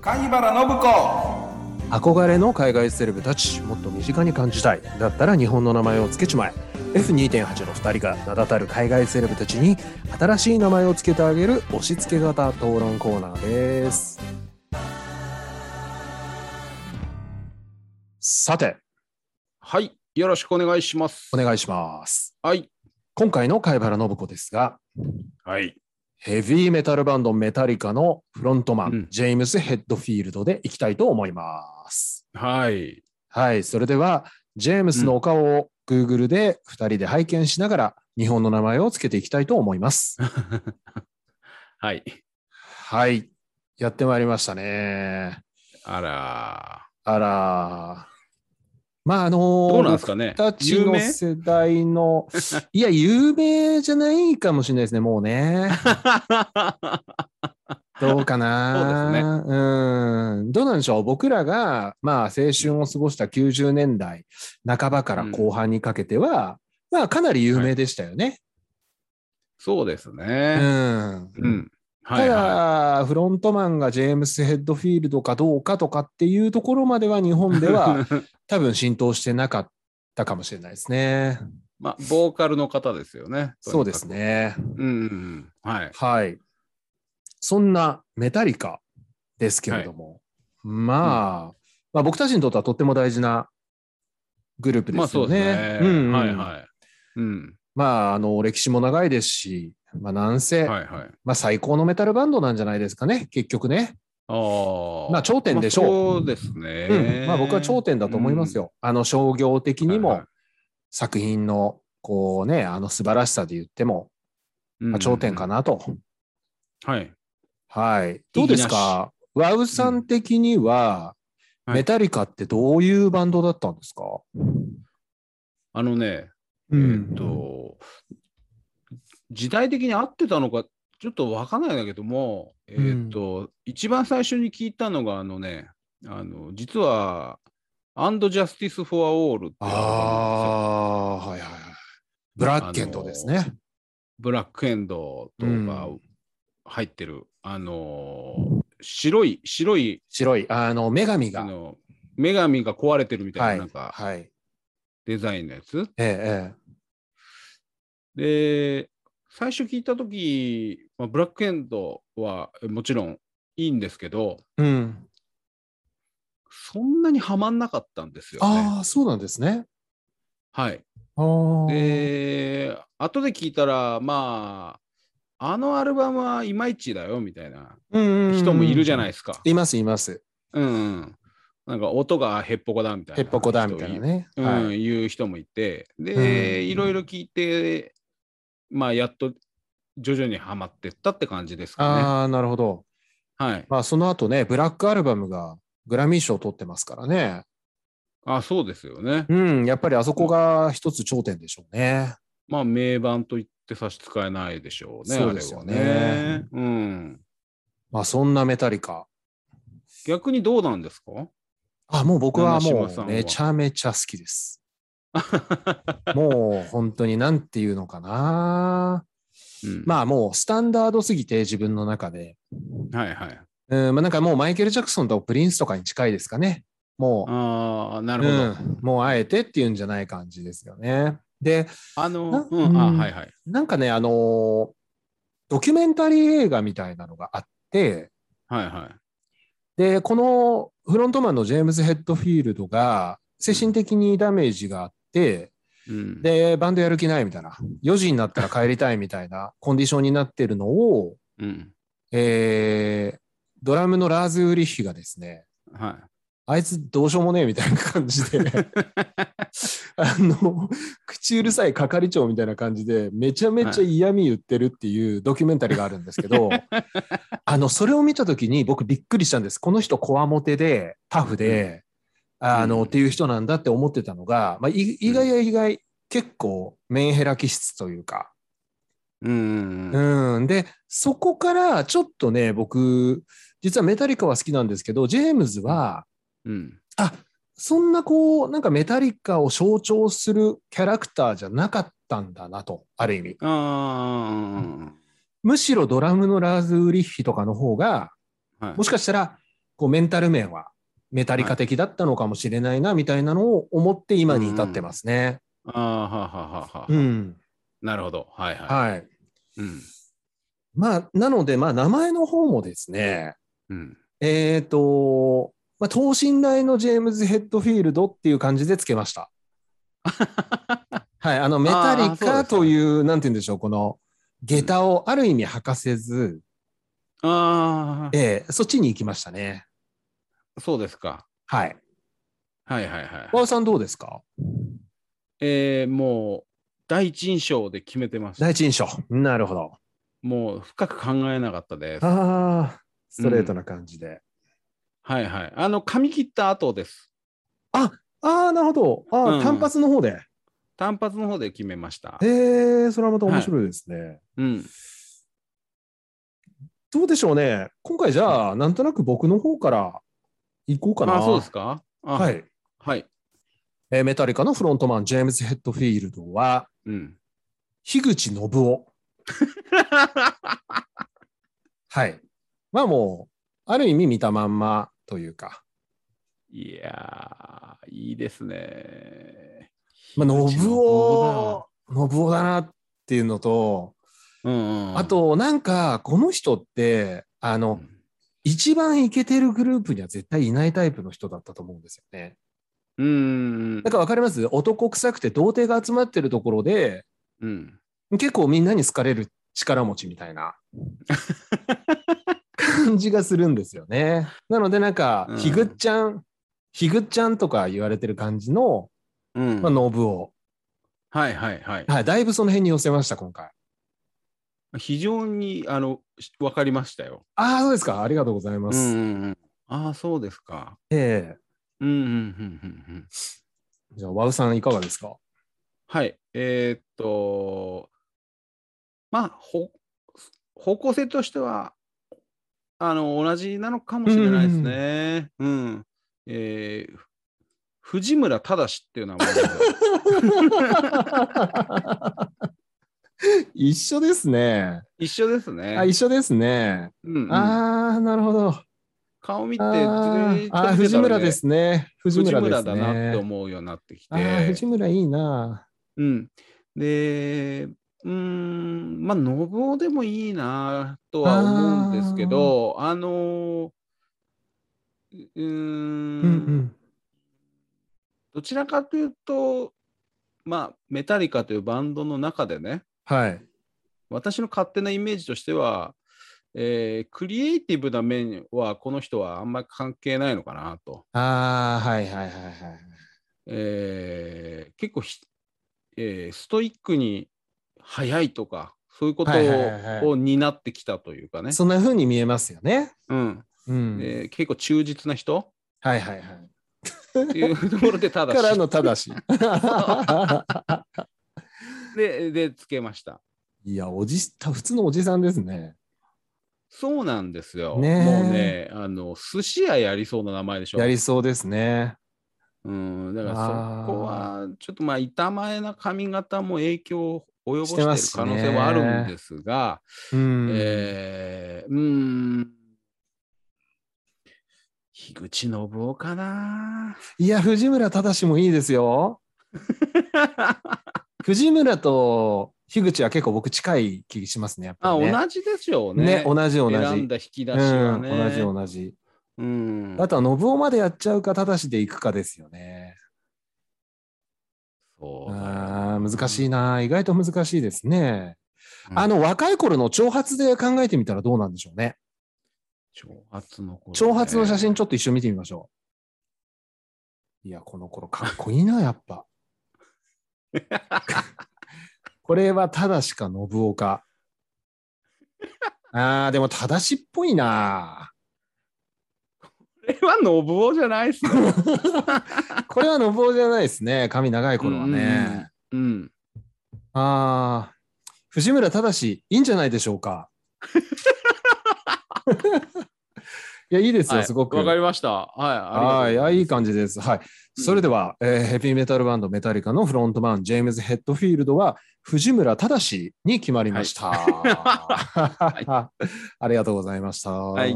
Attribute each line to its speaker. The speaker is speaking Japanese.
Speaker 1: 貝原信子
Speaker 2: 憧れの海外セレブたちもっと身近に感じたいだったら日本の名前を付けちまえ F2.8 の2人が名だたる海外セレブたちに新しい名前を付けてあげる押し付け型討論コーナーですさて
Speaker 3: はい、よろしくお願いします。
Speaker 2: お願いします
Speaker 3: はい。
Speaker 2: 今回の貝原信子ですが
Speaker 3: はい。
Speaker 2: ヘビーメタルバンドメタリカのフロントマン、
Speaker 3: うん
Speaker 2: ジェームス・ヘッドフィールドでいきたいと思います。
Speaker 3: はい。
Speaker 2: はい、それでは、ジェームスのお顔を Google で2人で拝見しながら、日本の名前をつけていきたいと思 います。
Speaker 3: はい。
Speaker 2: はい、やってまいりましたね。
Speaker 3: あら
Speaker 2: あら。まあ、あの
Speaker 3: ー。
Speaker 2: ー
Speaker 3: どうなんですかね
Speaker 2: 僕たち
Speaker 3: 有
Speaker 2: の
Speaker 3: 名
Speaker 2: 世代の、いや、有名じゃないかもしれないですね、も うね。どうかなうん。どうなんでしょう僕らが、まあ、青春を過ごした90年代半ばから後半にかけては、まあ、かなり有名でしたよね。
Speaker 3: そうです
Speaker 2: う
Speaker 3: ね。
Speaker 2: ん。
Speaker 3: うん。は
Speaker 2: た
Speaker 3: い
Speaker 2: だ、
Speaker 3: は
Speaker 2: フロントマンがジェームス・ヘッドフィールドかどうかとかっていうところまでは日本
Speaker 3: い。
Speaker 2: で は多分浸透してなかったかもしれないですね。
Speaker 3: まあ、ボーカルの方ですよね。
Speaker 2: そうです。ね。
Speaker 3: うんうんうん。はい。
Speaker 2: はい。そんなメタリカですけれども、まあ、まあ僕たちにとってはとっても大事なグループ
Speaker 3: ま
Speaker 2: で
Speaker 3: あ
Speaker 2: す
Speaker 3: そ
Speaker 2: よ
Speaker 3: うですね。。
Speaker 2: ねうんうん
Speaker 3: はいはい。うん。
Speaker 2: まあ、あの、歴史も長いですし、まあ、なんせ、
Speaker 3: はいはい。
Speaker 2: まあ、最高のメタルバンドなんじゃないですかね、結局ね。
Speaker 3: ああ。
Speaker 2: まあ頂点でしょ
Speaker 3: う。そうです
Speaker 2: うん
Speaker 3: ね。
Speaker 2: まあ、僕は頂点だと思いますよ。あの、商業的
Speaker 3: うん。
Speaker 2: に
Speaker 3: はい
Speaker 2: も
Speaker 3: はい、
Speaker 2: 作品の、こうね、あの素晴らしさで言っても、まあ、頂点か。なと。
Speaker 3: うんはい。
Speaker 2: はい。どうですかワウさん的には、
Speaker 3: うんはい
Speaker 2: メタリカってどういうバンドだったんですか、
Speaker 3: あのね、え
Speaker 2: う
Speaker 3: ーっ、と、時代的に合ってたのか、ちょっとわかんないんだけども、えーっ、と、一番最初に聞いたのが、あのね、あの、実は、アンドジャスティス・フォア・オールっていう
Speaker 2: あ
Speaker 3: アルバムなんですよ
Speaker 2: あ、はいはいはい。ブラッケントですね。
Speaker 3: ブラックエンドとか
Speaker 2: うん
Speaker 3: 入ってる、あのー、白い、白い、
Speaker 2: 白い、あの、女神
Speaker 3: あ
Speaker 2: が。
Speaker 3: の、女神が壊れてるみたいな、
Speaker 2: はい。
Speaker 3: なんか、
Speaker 2: はい。
Speaker 3: デザインのやつ。
Speaker 2: ええええ。
Speaker 3: で、最初聞いたとき、まあ、ブラックエンドはえもちろんいいんですけど、
Speaker 2: うん。
Speaker 3: そんなにはまんなかったんですよ、ね。
Speaker 2: ああ、そうなんですね。
Speaker 3: はい。
Speaker 2: ああ。
Speaker 3: で、後で聞いたら、まあ、あのアルバムはいまいちだよみたいな人
Speaker 2: 人
Speaker 3: もいるじゃない
Speaker 2: い
Speaker 3: ですか。
Speaker 2: います、います。
Speaker 3: うん、うん。なんか音がヘッポコだみたいな。
Speaker 2: ヘッポコだみたいなね。
Speaker 3: うん、、
Speaker 2: はいい。
Speaker 3: う人もいて、
Speaker 2: う
Speaker 3: で、
Speaker 2: ん
Speaker 3: いろいろ聞いて、まあ、やっと徐々にはまってったって感じですか
Speaker 2: ああ、なるほど。
Speaker 3: ね。はい。
Speaker 2: まあ、その後ね、ブラックアルバムがグラミー賞を取ってますからね。
Speaker 3: あ、そうですよね。
Speaker 2: うん、やっぱりあそこが一つ頂点でしょうね。
Speaker 3: まあ、名盤と言って差し支えないでしょうね、
Speaker 2: そうですよね
Speaker 3: あれはね。うん。
Speaker 2: まあそんなメタリカ。
Speaker 3: 逆にどうなんですか
Speaker 2: あ、もう僕はも
Speaker 3: 長嶋さん
Speaker 2: う
Speaker 3: は
Speaker 2: めちゃめちゃ好きです。もう本当になんていうのかな。
Speaker 3: うん
Speaker 2: まあもうスタンダードすぎて自分の中で。
Speaker 3: はいはい。
Speaker 2: うん、まあなんかもうマイケル・ジャクソンとプリンスとかに近いですかね。も
Speaker 3: ああ、な
Speaker 2: う、
Speaker 3: るほど。
Speaker 2: うん、もうあえてっていうんじゃない感じですよね。で、
Speaker 3: あの、う
Speaker 2: うん
Speaker 3: ん、あはいはい。
Speaker 2: なんかね、あのードキュメンタリー映画みたいなのがあって、
Speaker 3: はいはい。
Speaker 2: で、このフロントマンのジェームズ・ヘッドフィールドが精神的にダメージがあって、
Speaker 3: うん、
Speaker 2: で、バンドやる気ないみたいな、4時になったら帰りたいみたいなコンディションになってるのを、
Speaker 3: うん。
Speaker 2: えードラムのラーズ・ウリッヒがですね、
Speaker 3: は
Speaker 2: あいつどうしようもねえみたいな感じで、 あの、口うるさい係長みたいな感じで、めちゃめちゃ嫌味言ってるっていうドキュメンタリーがあるんです けど、あの、それを見たときに僕びっくりしたんです。この人、こわもてで、タフで、あの、
Speaker 3: うん
Speaker 2: っていう人なんだって思ってたのが、まあ、い意外や意外、結構メンヘラ気質というか、
Speaker 3: い。うん。うん
Speaker 2: うん、で、そこからちょっとね、僕、実はメタリカは好きなんですけど、ジェームズは、
Speaker 3: うん。
Speaker 2: そんなこう、なんかメタリカを象徴するキャラクターじゃなかったんだなと、ある意味。
Speaker 3: あ
Speaker 2: むしろドラムのラーズ・ウリッヒとかの方が、
Speaker 3: あ。はい
Speaker 2: もしかしたら、こうメンタル面はメタリカ的だったのかもしれないなみたいなのを思って今に至ってますね。
Speaker 3: ああ、はあはあはあはあ
Speaker 2: うん、
Speaker 3: なるほど。はいはい。
Speaker 2: はい。
Speaker 3: うん。
Speaker 2: まあ、なので、まあ、名前の方もですね、
Speaker 3: うん。
Speaker 2: えっ、と、まあ、等身大のジェームズ・ヘッドフィールドっていう感じでつけました。はい、あのメタ
Speaker 3: あ
Speaker 2: リ
Speaker 3: ーそうです
Speaker 2: カ
Speaker 3: ね
Speaker 2: という、なんて言うんでしょう、この下駄をある意味履かせず、
Speaker 3: ああ、
Speaker 2: えーそっちに行きましたね。
Speaker 3: そうですか。
Speaker 2: はい。
Speaker 3: はいはいはい
Speaker 2: 和。尾さん、どうですか
Speaker 3: えー、もう、第一印象で決めてます。
Speaker 2: 第一印象。なるほど。
Speaker 3: もう、深く考えなかったです。
Speaker 2: ああ、ストレートな感じで。
Speaker 3: はいはい。あの、髪切った後です。
Speaker 2: ああ、なるほど。ああ、
Speaker 3: うん
Speaker 2: 単発の方で。
Speaker 3: 単発の方で決めました
Speaker 2: え。ー、それはまた面白いですね。
Speaker 3: うん。
Speaker 2: どうでしょうね。今回じゃあ、なんとなく僕の方から行こうかな。
Speaker 3: あ、そうですか。あ
Speaker 2: は。
Speaker 3: はい
Speaker 2: い、
Speaker 3: はい。
Speaker 2: えーメタリカのフロントマン、ジェームズ・ヘッドフィールドは、
Speaker 3: うん。
Speaker 2: 樋口 信夫。はい。まあもう、ある意味見たまんまというか、
Speaker 3: いやー、いいですね。
Speaker 2: まあ、
Speaker 3: 口
Speaker 2: 信
Speaker 3: 信
Speaker 2: 夫
Speaker 3: 夫、
Speaker 2: 信夫だなっていうのと、
Speaker 3: うんうん、
Speaker 2: あ、と、なんか、この人って、あ
Speaker 3: う
Speaker 2: の、
Speaker 3: ん
Speaker 2: 一番イケてるグループには絶対いないタイプの人だったと思うんですよね。
Speaker 3: うん。
Speaker 2: なんかわかります男臭くて童貞が集まってるところで、
Speaker 3: うん。
Speaker 2: 結構みんなに好かれる力持ちみたいな感じがするんですよね。なのでなんか
Speaker 3: う、ん
Speaker 2: ひぐっちゃん、ひぐっちゃんとか言われてる感じの、
Speaker 3: うん。
Speaker 2: まあ、ノブを、
Speaker 3: はいはいはい。
Speaker 2: はい、だいぶその辺に寄せました、今回。
Speaker 3: 非常に、あの、しわかりましたよ。
Speaker 2: ああ、そうですか。ありがとうございま
Speaker 3: う
Speaker 2: す。
Speaker 3: んうんうん。ああ、そうですか。
Speaker 2: え
Speaker 3: うんうんうんうんうん。
Speaker 2: えじゃあ、ワウさんいか がですか
Speaker 3: はい、えーっと、まあ、ほ方向性としては、あの、同じなのかもしれないですね。うんえーふ藤村忠っていう名前で
Speaker 2: 一緒ですね。
Speaker 3: 一緒ですね。
Speaker 2: あ、一緒ですね。
Speaker 3: うんうん
Speaker 2: ああ、なるほど。
Speaker 3: 顔見て、ず
Speaker 2: あ
Speaker 3: ー
Speaker 2: ー
Speaker 3: っと見てた
Speaker 2: あ
Speaker 3: ら
Speaker 2: ー、
Speaker 3: ね
Speaker 2: 藤村ですね。藤
Speaker 3: 藤
Speaker 2: 村で
Speaker 3: 村
Speaker 2: す
Speaker 3: だ
Speaker 2: ね。
Speaker 3: なって思うようになってきて。
Speaker 2: あー藤村いいな。
Speaker 3: うん、で、うーん、まあ、信夫でもいいなとは思うんですけど、あのーううーん
Speaker 2: うんうん。
Speaker 3: どちらかというと、まあ、メタリカというバンドの中でね、
Speaker 2: はい。
Speaker 3: 私の勝手なイメージとしては、えークリエイティブな面はこの人はあんまり関係ないのかなと。
Speaker 2: ああ、はいはいはいはい。
Speaker 3: えー結構ひ、えーストイックに早いとかそういうことを,、
Speaker 2: はいはいはいはい
Speaker 3: を担ってきたというかね、
Speaker 2: そんな風に見えますよね。
Speaker 3: うん
Speaker 2: うん。
Speaker 3: えー結構忠実な人
Speaker 2: はいはいはい。
Speaker 3: っていうところでただ
Speaker 2: から
Speaker 3: し
Speaker 2: のただ し。
Speaker 3: ででつけました
Speaker 2: いや、おじた普通のおじさんですね。
Speaker 3: そうなんですよ、
Speaker 2: ねえ
Speaker 3: もうねあの寿司屋やりそうな名前でしょ
Speaker 2: やりそうですね。
Speaker 3: うん、だからそ
Speaker 2: あー
Speaker 3: こはちょっとまあ板前な髪型も影響を及ぼして
Speaker 2: して
Speaker 3: る
Speaker 2: ますね
Speaker 3: 可能性はあるんですが
Speaker 2: うん。
Speaker 3: えー、うーん。樋口信夫かな
Speaker 2: いや、藤村ただしもいいで すよ。藤村と樋口は結構僕近い気がしますね。やっぱ
Speaker 3: あ、
Speaker 2: りね
Speaker 3: 同じでしょう
Speaker 2: ね
Speaker 3: ね。
Speaker 2: 同じ同じ。
Speaker 3: 選んだ引き出し
Speaker 2: う
Speaker 3: は
Speaker 2: ん、
Speaker 3: ね。
Speaker 2: 同じ同じ。
Speaker 3: うん
Speaker 2: あとは信夫までやっちゃうか、ただしでいくかですよね。
Speaker 3: そうだよ
Speaker 2: あー難しいな、意外と難しいですね。
Speaker 3: うん
Speaker 2: あの若い頃の長髪で考えてみたらどうなんでしょうね。
Speaker 3: 長髪の頃ね
Speaker 2: 長髪の 写真ちょっと一緒に見てみましょう。いや、この頃かっこいいな、やっ ぱ。これはただしか信夫か。ああ、でもただしっぽいな。
Speaker 3: これは信夫じゃないっ すよ。
Speaker 2: これは信夫じゃないですね。髪長い頃はね。
Speaker 3: うん。
Speaker 2: ああ、藤村忠いいんじゃないでしょ うか。いや、いいですよ、
Speaker 3: はい
Speaker 2: すごく。
Speaker 3: わかりました。は。
Speaker 2: はいい、あいい
Speaker 3: か。
Speaker 2: 感じです。はい。それでは、えーヘビーメタルバンドメタリカのフロントマン、ジェームズ・ヘッドフィールドは、藤村 忠に決まりました。ありがとうございました。
Speaker 3: い